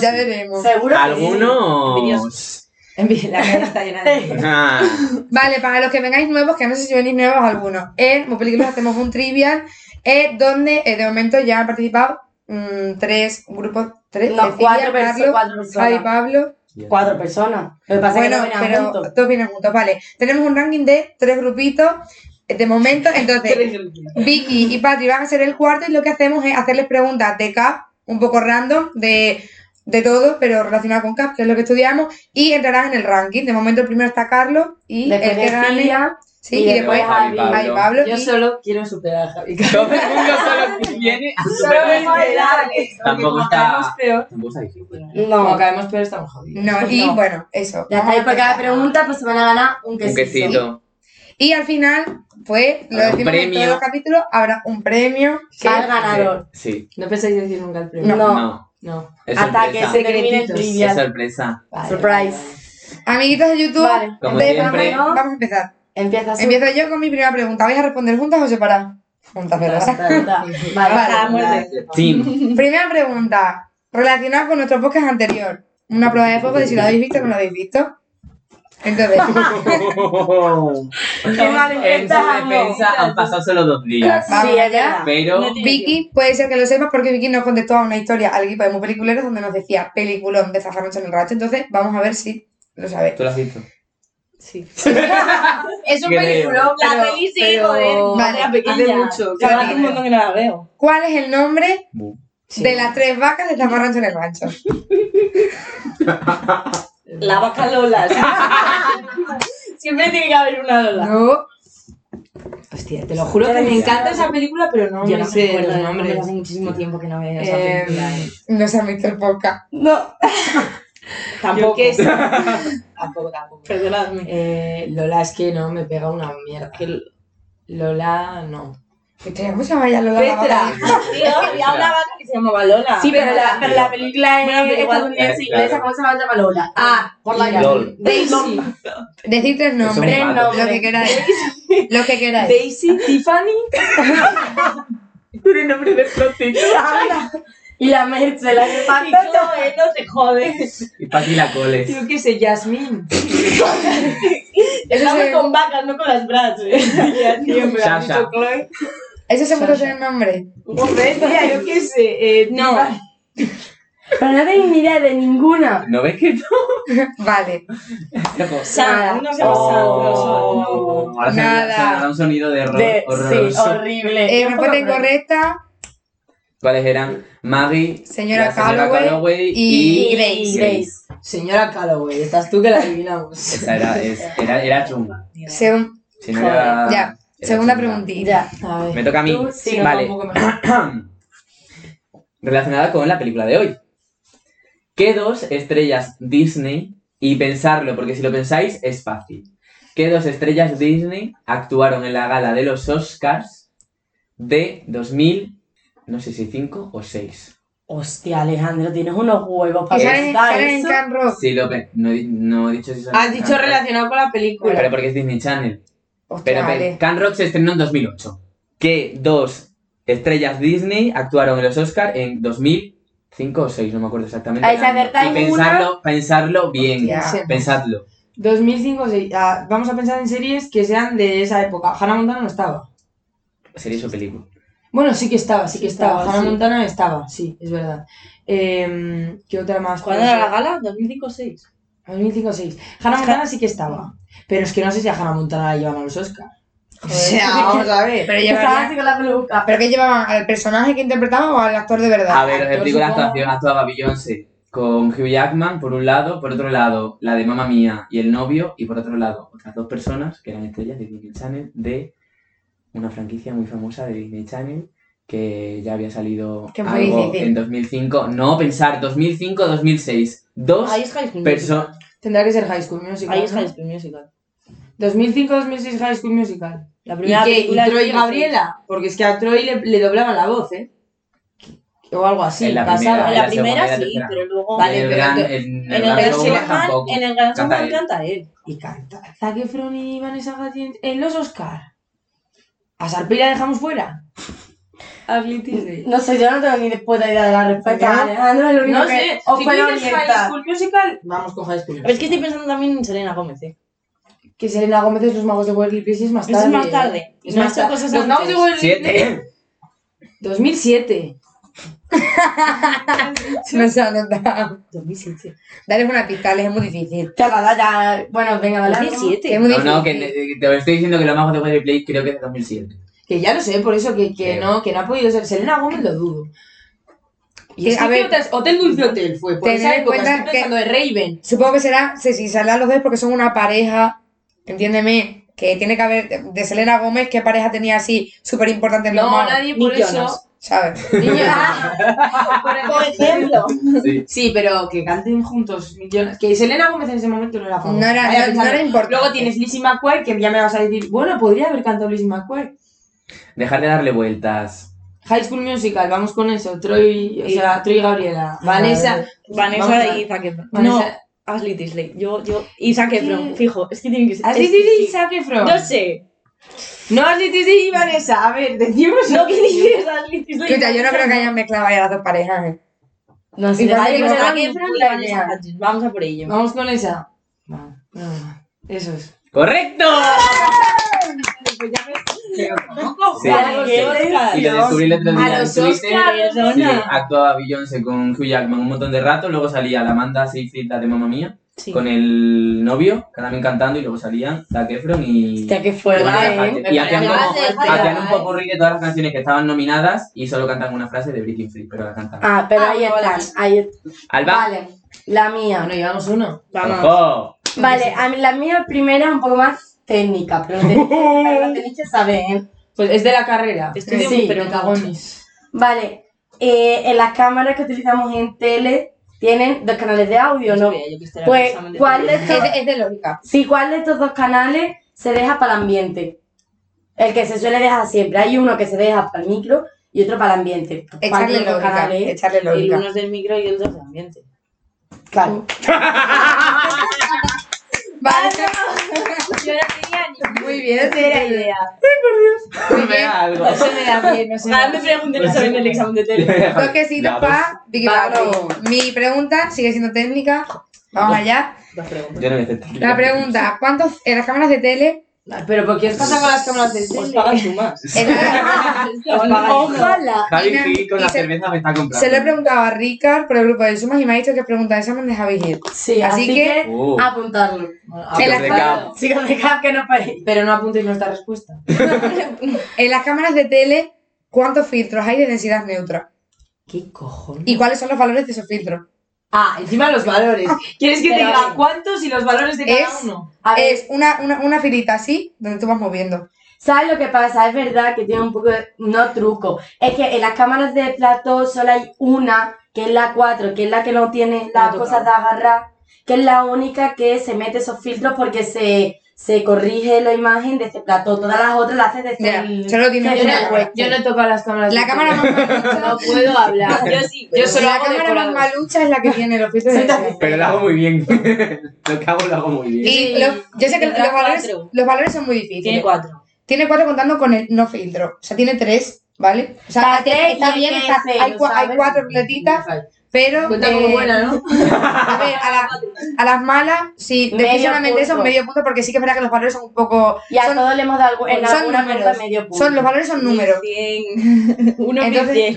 veremos. Algunos. Ya sí. veremos. Seguro que Algunos. La mía está llena de... sí. Ah, Vale, para los que vengáis nuevos, que no sé si venís nuevos algunos, en Muy Películas hacemos un trivial eh, donde eh, de momento ya han participado mm, tres grupos, tres, No, Cecilia, cuatro, Carlos, perso- cuatro Javi personas. Pablo. Cuatro personas. Lo que pasa Bueno, es que no venían pero juntos. todos vienen juntos, vale. Tenemos un ranking de tres grupitos eh, de momento, entonces Vicky y Patri van a ser el cuarto y lo que hacemos es hacerles preguntas de CAP, un poco random, de, de todo, pero relacionado con CAP, que es lo que estudiamos, y entrarán en el ranking. De momento el primero está Carlos y Después el que de gane... Silvia, sí, y y después después Javi, Javi, Javi Pablo. Pablo. Yo y- solo quiero superar a Javi. Todo el mundo solo viene a superar. Tampoco Tampoco está- está... peor. Tampoco está difícil. pues. Como No. caemos peor estamos jodidos. No, y No. bueno, eso. Ya vamos está, a y por cada empezar. pregunta, pues se van a ganar un Un quesito. quesito. Y al final, pues, lo Habrá un decimos en premio. todos los capítulos, habrá un premio. que- Para el ganador. Sí. No pensáis decir nunca el sí. premio. No. no. No. Es Hasta que sorpresa. se termine el Secretitos. Es trivial. sorpresa. Vale, Surprise. vale, vale. Amiguitos de YouTube, Vale. Como entonces, siempre. vamos, vamos a empezar. Empieza su Empiezo yo con mi primera pregunta. ¿Vais a responder juntas o separadas? Juntas, ¿verdad? pregunta. Vale. Vale. Ah, muerte. Team. Primera pregunta, relacionada con nuestro podcast anterior. Una prueba de fuego de si lo habéis visto o no lo habéis visto. Entonces, en mal en su empezamos. defensa han pasado solo dos días. Sí, Vamos allá. Pero Vicky, puede ser que lo sepas porque Vicky nos contestó a una historia al equipo de Muy Peliculeros donde nos decía peliculón de esta noche en el rato. Entonces, vamos a ver si lo sabéis. tú lo has visto. Sí. Es un Creo. peliculón, Pero- La peli sí, pero- joder. Vale, Vale, Hace pequeña. mucho. que Vale. hace un montón que no la veo. ¿Cuál es el nombre Bu. de las tres vacas de Tamarrancho en el Rancho? La vaca Lola. Siempre tiene que haber una Lola. No. Hostia, te lo juro que me encanta esa película, pero no Yo me no sé recuerdo los el nombre. nombres. Hace muchísimo tiempo que no veo esa eh, película. eh. no se ha visto el podcast. No, Tampoco. qué sé. Tampoco, tampoco. perdonadme. Eh, Lola es que no me pega una mierda. Que Lola no. Hostia, ¿Cómo se llama ya Lola la Petra. vaca? Tío, había una vaca que se llamaba Lola. Sí, pero la, pero la Bueno, película eh, es pero igual- estadounidense Claro. inglesa, ¿cómo se va a llamar Lola? Ah, por la Mira. LOL. Daisy. Decid tres nombres. Eso me mata. Lo que queráis. Lo que queráis. Daisy, Tiffany. Tiene nombre de flotín. Y la Merce, la de Y Chloe, no te jodes. Y Pati la coles. Yo qué sé, Yasmín. Eso Estamos se- con vacas, no con las brats. Ya, tío, me ha Sasha. dicho Chloe. ¿Eso se puede hacer nombre? No, tía, yo qué sé. eh, no. Pero no tengo ni idea de ninguna. ¿No ves que no? Vale. Sam, no se llama Sam. no, Oh, no. Ahora se Nada. se hará un sonido de error De, sí, horroroso. horrible. Eh, respuesta incorrecta, ¿Cuáles eran? Maggie, señora la señora Calloway. Calloway y- y... Grace. Señora Calloway, estás tú que la adivinamos. Esa era, es- era, era chunga. Según- Si no era- Joder, ya. era segunda chunga. preguntita. Ya. A ver. Me toca a mí. Tú, sí, vale. no, tampoco me- Relacionada con la película de hoy. ¿Qué dos estrellas Disney? Y pensarlo, porque si lo pensáis es fácil. ¿Qué dos estrellas Disney actuaron en la gala de los Oscars de 2000, no sé si 5 o 6? Hostia, Alejandro, tienes unos huevos Y para salen, preguntar salen en eso. Can Rock. Sí, lo pe- no, he- no he dicho si son- Has dicho relacionado con la película. Pero porque es Disney Channel. Hostia, Pero pe- vale. Can Rock se estrenó en 2008. ¿Qué dos estrellas Disney actuaron en los Oscars en 2005 o 6? No me acuerdo exactamente. Ah, Ahí se y acertáis pensarlo, pensadlo bien. Hostia. Pensadlo. 2005, sí. Ah, vamos a pensar en series que sean de esa época. Hannah Montana no estaba. Sería su película. Bueno, sí que estaba, sí que estaba. estaba, Hannah sí. Montana estaba, sí, es verdad. Em, ¿Qué otra más? ¿Cuándo puede era la ser? gala? ¿2005 o 6? 2005 6. Hannah Montana sí que estaba. Pero es que no sé si a Hannah Montana la llevan a los Oscars. O sea, vamos a ver. Pero, Estaba llevarían- así con la peluca. ¿Pero qué llevaban? ¿Al personaje que interpretaba o al actor de verdad? A ver, os Actor, explico la supongo. actuación. Actuaba Beyoncé con Hugh Jackman por un lado, por otro lado la de Mamma Mía y el novio, y por otro lado otras dos personas que eran estrellas de Disney Channel de una franquicia muy famosa de Disney Channel que ya había salido Que muy algo difícil. en 2005. No, pensar, 2005-2006. Dos Ahí es High School Musical. personas... Tendrá que ser High School Musical. Ahí es ¿no? High School Musical. 2005-2006 High School Musical. La ¿Y primera qué? ¿Y película es Troy y 2006. Gabriela? Porque es que a Troy le, le doblaban la voz, ¿eh? O algo así, En la pasaba. En La la segunda y la primera sí, tercera. pero luego... Vale, en el pero gran, ento- en En el el gran Gran showman Showman, tampoco. en el Gran Canta Showman él. canta él. Y canta Zac Efron y Vanessa Hudgens en los Oscar. ¿A Sarpey la dejamos fuera? A Glee Tisdale. No sé, yo no tengo ni puta idea de la respuesta. Ya. Alejandro es el único No que sé, os si tú puede dices High orientar. School Musical, vamos con High Pero School es Musical. que estoy pensando también en Selena Gómez, ¿eh? Que Selena Gómez es Los Magos de Waverly Place y es más Eso tarde. es más tarde. Es no he más hecho tarde. cosas Los Magos de antes. Waverly Place... Siete. 2007. No se ha notado. 2007. Dale una pista, les es muy difícil. Ya, va, ya. Bueno, venga, dale. 2007. Es muy No, no, que difícil. que te estoy diciendo que lo más de Waverly Place creo que es de 2007. Que ya lo sé, por eso que, que Sí. no, que no ha podido ser. Selena Gómez lo dudo. Y Que, es que, a ¿qué ver, otras? Hotel Dulce Hotel fue. Por tened esa en época cuenta estoy pensando de Raven. Supongo que será, sí, sí, saldrán los dos porque son una pareja, entiéndeme, que tiene que haber, de Selena Gómez, ¿qué pareja tenía así súper importante en los No, magos? nadie por Nick eso. ah, Jonas. ¿Sabes? Por ejemplo. Sí. Sí, pero que canten juntos. Nick Jonas- Que Selena Gómez en ese momento no era famosa. No era, no- Vaya no, pensando. era importante. Luego tienes Lizzie McQuire, que ya me vas a decir, bueno, podría haber cantado Lizzie McQuire. Dejar de darle vueltas. High School Musical, vamos con eso. Troy, o Sí. sea, Troy y Gabriela. Vanessa. Vamos Vanessa a- y Zac Efron. No, Vanessa- Ah, Ashley Tisley. Yo, yo... Y Zac ¿Qué? Efron, fijo. Es que tiene que ser... Ashley es que Tisdale y sí. Zac Efron. No sé. No, Ashley Tisdale y Vanessa. A ver, decimos. No, ¿qué dices, Ashley Tisley? Escucha, yo no creo que hayan mezclado ahí a las dos parejas. ¿eh? No sé, Igual vale, que pero Zac era mi Efron y puta Vanessa idea. Hudgens. Vamos a por ello. Vamos con esa. Ah, Eso es. ¡Correcto! Vale, Sí. Sí. ¿qué Oscar? Y lo descubrí el otro A día en los Twitter. Arizona. Sí, actuaba Beyoncé con Hugh Jackman un montón de rato, luego salía la Amanda Seyfried, la de Mamma Mía. Sí. con el novio, que andaban cantando y luego salían Zac Efron y... Hostia, qué y fuerte, Vanessa ¿eh? Hudgens. Y hacían Me como- parece Hacían fuerte. Hacían un popurrí de todas las canciones que estaban nominadas y solo cantan una frase de Breaking Free, pero la cantan. Ah, pero ahí Ah, vale. están, ahí están. ¡Alba! Vale, la mía. Bueno, llevamos uno. Vamos. ¡Ojo! Vale, a mí- la mía primera es un poco más técnica, pero los tenéis- los tenéis que saber, ¿eh? Pues es de la carrera. Estudio Sí, pero me cagones. Vale, eh, en las cámaras que utilizamos en tele tienen dos canales de audio, ¿no? Pues, ¿cuál de Es estos, de, es de lógica. sí, ¿cuál de estos dos canales se deja para el ambiente? El que se suele dejar siempre. Hay uno que se deja para el micro y otro para el ambiente. ¿Cuál de Echarle los dos lógica. canales? Echarle El uno lógica. es del micro y el dos del ambiente. Claro. Vale, Yo no tenía ni muy bien. Me da algo. No se me da bien, no se me da Ahora me pregunten Pues eso en el examen de tele. Dos quesitos La dos. para Vicky Vale. Pablo. Mi pregunta sigue siendo técnica. Vamos allá. Dos preguntas. Yo no voy a hacer- La pregunta, ¿cuántos en las cámaras de tele? Pero ¿por qué os pasa con las cámaras de Pues Os tele? pagan sumas. en la- Ojalá. Javi Mira, Gil con y la se- cerveza me está comprando. se lo he preguntado a Ricard por el grupo de sumas y me ha dicho que pregunta de examen de Javi Gil. Sí, Así así, que- que, Oh. apuntarlo. Bueno, ah, pues En Yo las de cámaras- cabo. Chicos, dejad que no paréis. Pero no apuntéis nuestra respuesta. En las cámaras de tele, ¿cuántos filtros hay de densidad neutra? ¿Qué cojones? ¿Y cuáles son los valores de esos filtros? Ah, encima los valores. ¿Quieres que te Pero a diga ver. cuántos y los valores de cada Es- uno? A ver, Es una, una, una filita así, donde tú vas moviendo. ¿Sabes lo que pasa? Es verdad que tiene un poco de... No truco. Es que en las cámaras de plató solo hay una, que es la 4, que es la que no tiene las tocado. cosas de agarrar, que es la única que se mete esos filtros porque se, se corrige la imagen de este plató. Todas las otras las haces desde Ya, el... solo tiene desde Yo una el no, web. web. yo no he tocado las cámaras. La de cámara tele. más malucha. No puedo hablar. Yo sí. Yo solo la hago cámara más decorados. malucha es la que tiene los filtros de densidad. Pero lo hago muy bien. lo que hago lo hago muy bien. Y los- yo sé que los Tendrá valores, cuatro. los valores son muy difíciles. Tiene cuatro. Tiene cuatro contando con el no filtro. O sea, tiene tres, ¿vale? O sea, Para está- tres Ah, está y bien, que está- cero, hay, cua- hay ¿sabes? cuatro ruletitas, pero. Cuenta eh, como buena, ¿no? A ver, a, la- a las malas, sí, Medio definitivamente eso, punto. medio punto, porque sí que es verdad que los valores son un poco. Y a son- todos le hemos dado algo- en son alguna números. pregunta medio punto. Son, los valores son números. 1.100. Entonces-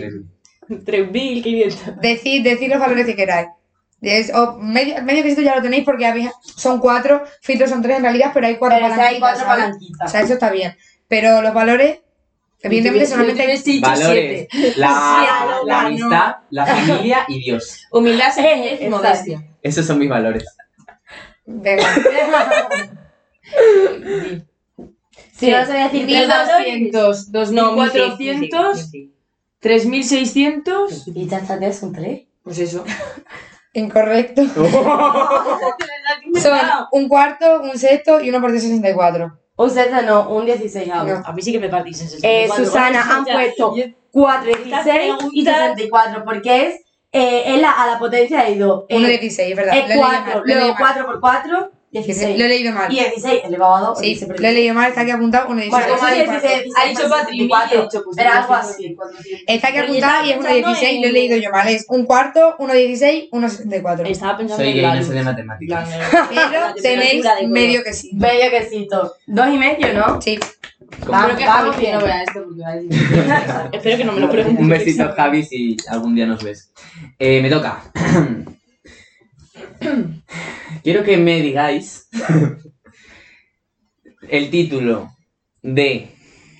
1.100. 3.500. Decid, decid los valores que queráis. Es- o medio, medio quesito ya lo tenéis porque habéis- son cuatro, filtros son tres en realidad, pero hay cuatro Pero si hay palanquitas, cuatro ¿sabes? O palanquitas. sea, eso está bien. Pero los valores, evidentemente, solamente hay Valores, la, Sí, la no. amistad, la familia y Dios. Humildad, sencillez y Exacto. modestia. Esos son mis valores. Venga. Si no, se voy a decir tres valores. 1.200, 2.400, 3.600. Y ya está, son tres. Pues eso. Incorrecto. Son un cuarto, un sexto y uno por 64. Un sexto no, un 16 ahora. No. A mí sí que me partís en 64. Eh, Susana, han puesto 4, 16 y 64, porque es, eh, es la- a la potencia de 2. Uno de Eh, Es, 16, ¿verdad? Lo he leído 4, mal, lo he leído luego mal. 4 por 4, Lo he 16. leído mal. Y 16 elevado a 2. Sí, lo he leído mal, está aquí apuntado uno de Bueno, 16. como sí, hay sí, sí, 16, ha dicho Patri, y he dicho, pues, Era algo 400. así. Está aquí Oye, apuntado estaba y es uno de pensando 16, lo he en- leído yo mal. Es un cuarto, uno de 16, uno de 64. Estaba pensando Soy en gay, la no luz. sé de matemáticas. Pero temperatura tenéis de color. medio que sí. Medio quesito. Dos y medio, ¿no? Sí. Como- Creo que Javi no vea esto porque va a decir. Espero que no me lo preguntes. Un besito, Javi, si algún día nos ves. Eh, me toca. Quiero que me digáis el título de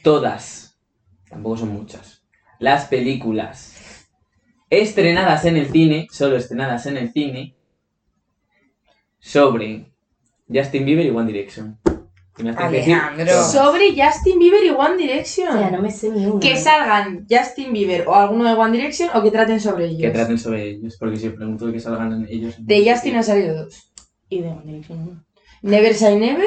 todas, tampoco son muchas, las películas estrenadas en el cine, solo estrenadas en el cine, sobre Justin Bieber y One Direction. Y me hacéis decir Alejandro. todas. Sobre Justin Bieber y One Direction. Ya, no me sé ni uno. Que salgan Justin Bieber o alguno de One Direction o que traten sobre ellos. que traten sobre ellos, porque si os pregunto de que salgan ellos... De Justin han salido dos. Y de One Direction, ¿no? Never Say Never,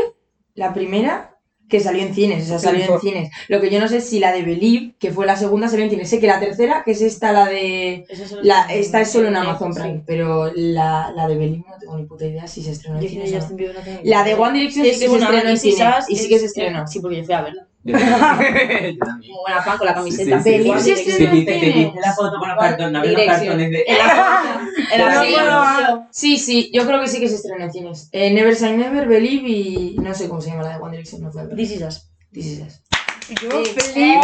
la primera, que salió en cines, o sea, salió en cines. Lo que yo no sé es si la de Believe, que fue la segunda, salió en cines. Sé que la tercera, que es esta, la de... Eso solo- La, esta es solo en Amazon Sí. Prime, pero la, la de Believe no tengo ni puta idea si se estrenó en Yo sí cines o de no. Justin Bieber no tengo ni La de idea. One Direction sí, que Sí, se bueno, estrenó en Nancy cines. Sass Y sí que se estrenó. Sí, porque yo fui a verla. Yo también. Yo también. Como buena fan con la camiseta. Sí, sí, sí. One Sí, Direction. sí, Te viste, sí. te viste la foto con los cartones, los Dirección. cartones de... En la- en la- No, sí, no, sí, sí, yo creo que sí que se estrenó en cines. Eh, Never Say Never, Believe y no sé cómo se llama la de One Direction, no fue. This is us. This is Us. Yo Sí. feliz. ¡Eh!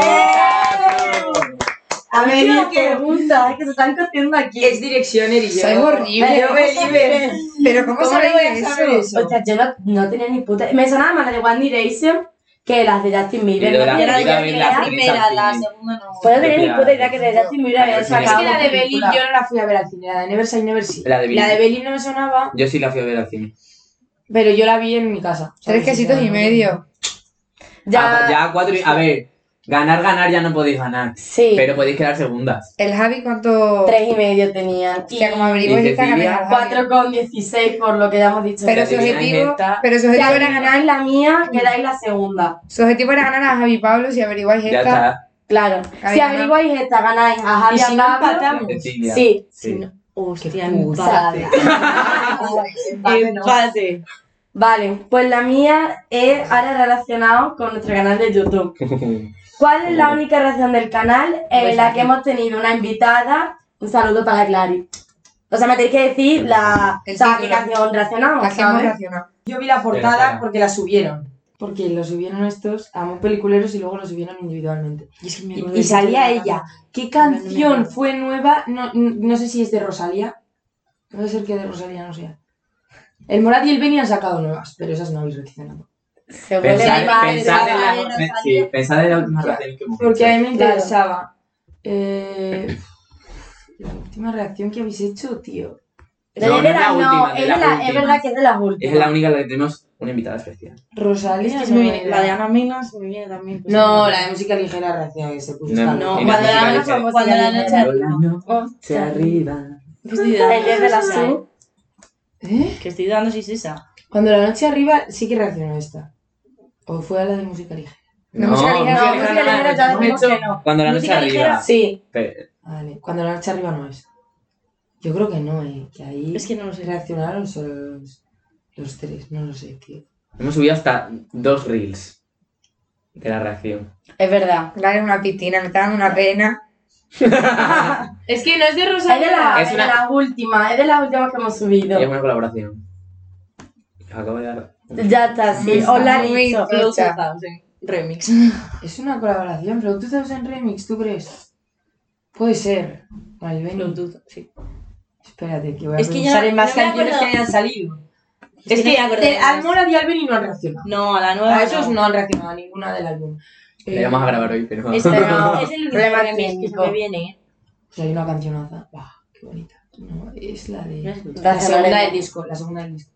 A ver, Yo la quiero- pregunta, es que se están cociendo aquí. Es direccioner y yo. Soy horrible. Yo me libre. Pero ¿cómo, ¿Cómo sabéis lo voy a saber eso? eso? O sea, yo no, no tenía ni puta. Me sonaba más la de One Direction que las de Justin Y Bieber. de No la tenía Era película ni idea. la, vi la la primera, la Santi. segunda no. Pues no tenía ni Yo puta la- idea que de Justin Bieber había Es que la sacado. Es que la una de Belip película. yo no la fui a ver al cine, la de Never Say Never La Say. de La de Billie. Belip no me sonaba, Yo sí la fui a ver al cine. pero yo la vi en mi casa. Tres quesitos y medio. Ah, Ya, ya cuatro. y- A ver, ganar, ganar ya no podéis ganar. Sí, Pero podéis quedar segundas. ¿El Javi cuánto...? tres y medio tenían. O sea, como averiguo Y en Cecilia, Instagram, el Javi. 4 con 16 por lo que ya hemos dicho. Pero si su adivináis objetivo, esta- pero su Si objetivo era ganar, adivináis la mía, quedáis la segunda. su objetivo era ganar a Javi Pablo si averiguáis Ya esta. está. Claro. Ahí si gana. averiguáis esta, ganáis a Javi Y si a no Pablo. empatamos. Cecilia. Sí. Sí. Hostia, putada. Empate. Vale, pues la mía es ahora relacionado con nuestro canal de YouTube. ¿Cuál es la única relación del canal en la que hemos tenido una invitada? Un saludo para Clary. O sea, me tenéis que decir la, El o sea, qué título. canción La relacionamos, que hemos ¿sabes? racionado. Yo vi la Espera, portada espera. porque la subieron. Porque lo subieron estos a un peliculeros y luego lo subieron individualmente. Y, y Y salía ella. ¿Qué canción acuerdo. fue nueva? No, n- no sé si es de Rosalía. Puede ser que de Rosalía no sea. El Morat y el Beni han sacado nuevas, pero esas no habéis reaccionado. Seguro que Pensad, mi madre pensad en trabaja la, en me- sí, pensad en la última relación que hemos Porque a hecho. mí me Claro. interesaba. Eh, la última reacción que habéis hecho, tío. No, No, es no de es la la- no, última, de es, la de la- es última. verdad que es de las últimas. Es la única en la que tenemos una invitada especial. Rosalía. Es que no me viene- era. la de Ana Minas me viene también. pues, No, la de música ligera reacción que se puso. No, esta- No, Y cuando la la música noche, ligera. cuando la noche Por la noche Hostia. arriba. Pues, El día de las tú. ¿Eh? Que estoy dando si es esa. Cuando la noche arriba sí que reaccionó esta. O fue a la de música ligera. No, música ligera, música no, ligera, música no, ligera, ya no, decimos de hecho, que no. Cuando la noche Música arriba. ligera. Sí, Pe- Vale, cuando la noche arriba no es. Yo creo que no, eh. Que ahí Es que no lo sé. reaccionaron solo los, los tres, no lo sé, tío. Hemos subido hasta dos reels de la reacción. es verdad. Dale una piscina, me está dando una pena. Es que no es de Es de, la, Es es una- de las últimas, es de las últimas que hemos subido. Y es una colaboración. Acabo de dar. Ya está, sí. Hola, Muy Licho. tocha. Remix. Es una colaboración, pero tú estás en remix, ¿tú crees? Puede ser. Vale, ven. Bluetooth, sí. Espérate, que voy a Es que ya- pensar Salen más No me canciones que acuerdo. hayan salido. Es que no me acuerdo de al más. Mora y al Beni no han reaccionado. No, a la nueva. A Ah, esos no han reaccionado a ninguna del álbum. La Eh, íbamos a grabar hoy, pero. Es, No, Este es el único problema remix que se técnico. me viene. Pues hay una cancionaza. ¡Buah! ¡Qué bonita! No, es la de. No he escuchado. La segunda Vale. del disco. La segunda del disco.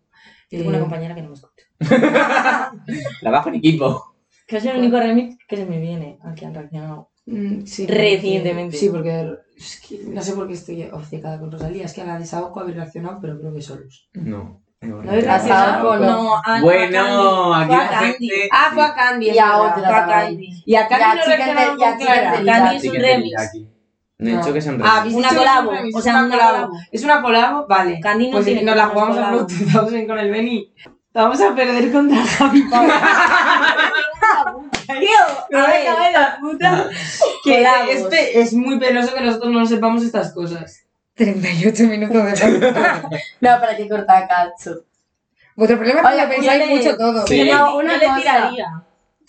Eh, Tengo una compañera que no me escucha. Trabajo en equipo. Que es el único remix que se me viene al que han reaccionado. Mm, Sí, Recientemente. Sí, porque es que no sé por qué estoy obcecada con Rosalía. Es que a la de Saoko habéis reaccionado, pero creo que solos. No. No Ah, pues habéis reaccionado Tampoco. con- No, a, Bueno, a aquí la Candy. Fue a Candy. gente. Ah, fue a Candy. es Y a verdad. otra. Fue a Candy. Y a Y a Candy no Chicken reaccionaron Del- y a con Chicken Clara. Del- Candy es Sí un que te remix. dirá aquí. No he dicho que son Ah, remix. ¿habéis Una dicho colabo, que es o sea, una colabo. ¿Es una colabo? Vale. Candy no pues tiene nos la colabo, jugamos a colabo. Bluetooth Thousand con el Beni. Vamos a perder contra Javi Pablo. Tío, a ver, la puta. Que Colabos. este es muy penoso que nosotros no sepamos estas cosas. 38 minutos de podcast. No, para que corta cacho. Vuestro problema es que Oye, lo pensáis cuídate. mucho todo. Sí. No, una una le cosa. tiraría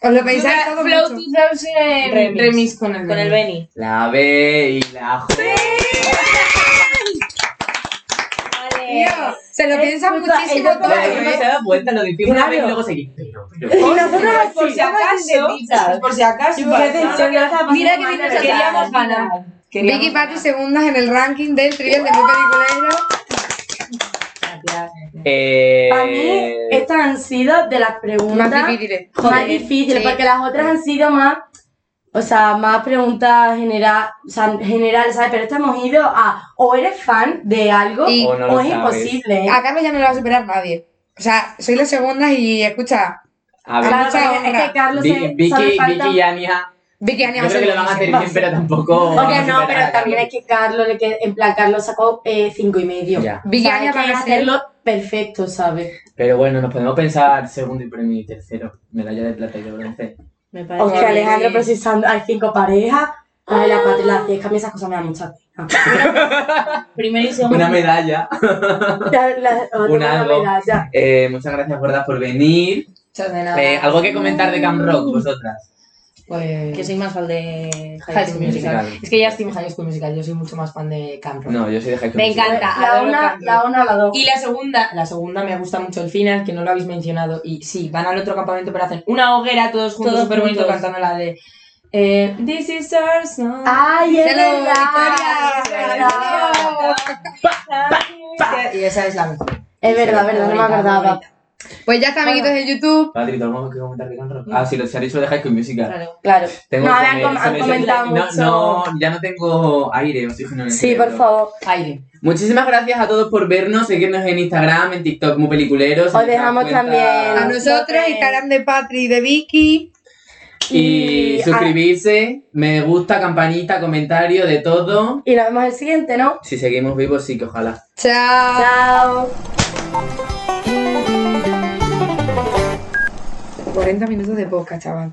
Os lo pensáis todo Flow mucho. 2000 Remix. remix. con el con el Beni. Benny. La B y la J. Vale. Tío, se lo Es piensan puta- muchísimo es todo, puta- Nadie se ¿eh? da cuenta, lo decimos una Claro. vez y luego seguimos. Pero, pero- Y nosotros por así, somos si acaso, sintetizadas. por si acaso, Mira que que queríamos ganar. Queríamos Vicky ganar. Patti segundas en el ranking del trivial de muy peliculero. Gracias. Eh, Para mí, estas han sido de las Más preguntas más difíciles. difíciles, sí. porque las otras han sido más, o sea, más preguntas general, o sea, generales, ¿sabes? Pero estas hemos ido a, o eres fan de algo, Y- Ah, o no lo o es sabes. imposible. ¿eh? A Carlos ya no lo va a superar nadie. O sea, soy la segunda y escucha, A ver, Claro, Mucha es que honra. Carlos Vi- se- Vicky, solo falta- Vicky y Ania. Vicky Ania Yo va a creo ser que lo van a hacer buenísima. bien, pero tampoco. Oye, no, superar pero a también es que Carlos, le queda- en plan, Carlos sacó eh, cinco y medio. Ya. Vicky O sea, Ania hay que va a ser hacerlo perfecto, ¿sabes? Pero bueno, nos podemos pensar segundo y premio y tercero. Medalla de plata y de bronce. Me parece. O que Alejandro pues procesando, hay cinco parejas, la de las cuatro y las diez, que a mí esas cosas me dan mucha pena. Primero y segundo. Una medalla. La- la- la- Un la algo. medalla. Eh, muchas gracias, gordas, por venir. Muchas de nada. Mm. Eh, ¿Algo que comentar de Camp Rock, vosotras? Pues... Que soy más fan de High School Musical. Musical. Es que ya estoy en High School Musical, yo soy mucho más fan de Camp Rock. No, yo soy de High School Me Musical. encanta. La adoro una, Camp la Rock. una o la dos. Y la segunda, la segunda me gusta mucho el final, que no lo habéis mencionado. Y sí, van al otro campamento, pero hacen una hoguera todos juntos, Todos súper bonito, juntos. cantando la de... eh, This is our song. ¡Ay, es verdad! Es verdad, Y esa es la mejor. es verdad, verdad, no me Favorita, acordaba. favorita. Pues ya está, amiguitos de YouTube. Patrick, ¿tenemos que comentar de Camp Rock? Ah, sí, lo- se ha dicho de High School Musical. Claro. Mm. Claro. Tengo No, que han me- com- se han me- comentado no, mucho. No, ya no tengo aire, oxígeno en el Sí, cerebro. por favor. Aire. Muchísimas gracias a todos por vernos, seguirnos en Instagram, en TikTok como peliculeros. Os en nuestras dejamos cuentas. A también- nosotros, Nosotros. Instagram de Patri y de Vicky. Y Y- ah, suscribirse, me gusta, campanita, comentario, de todo. Y nos vemos el siguiente, ¿no? Si seguimos vivos, sí que ojalá. Chao. Chao. 40 minutos de podcast, chaval.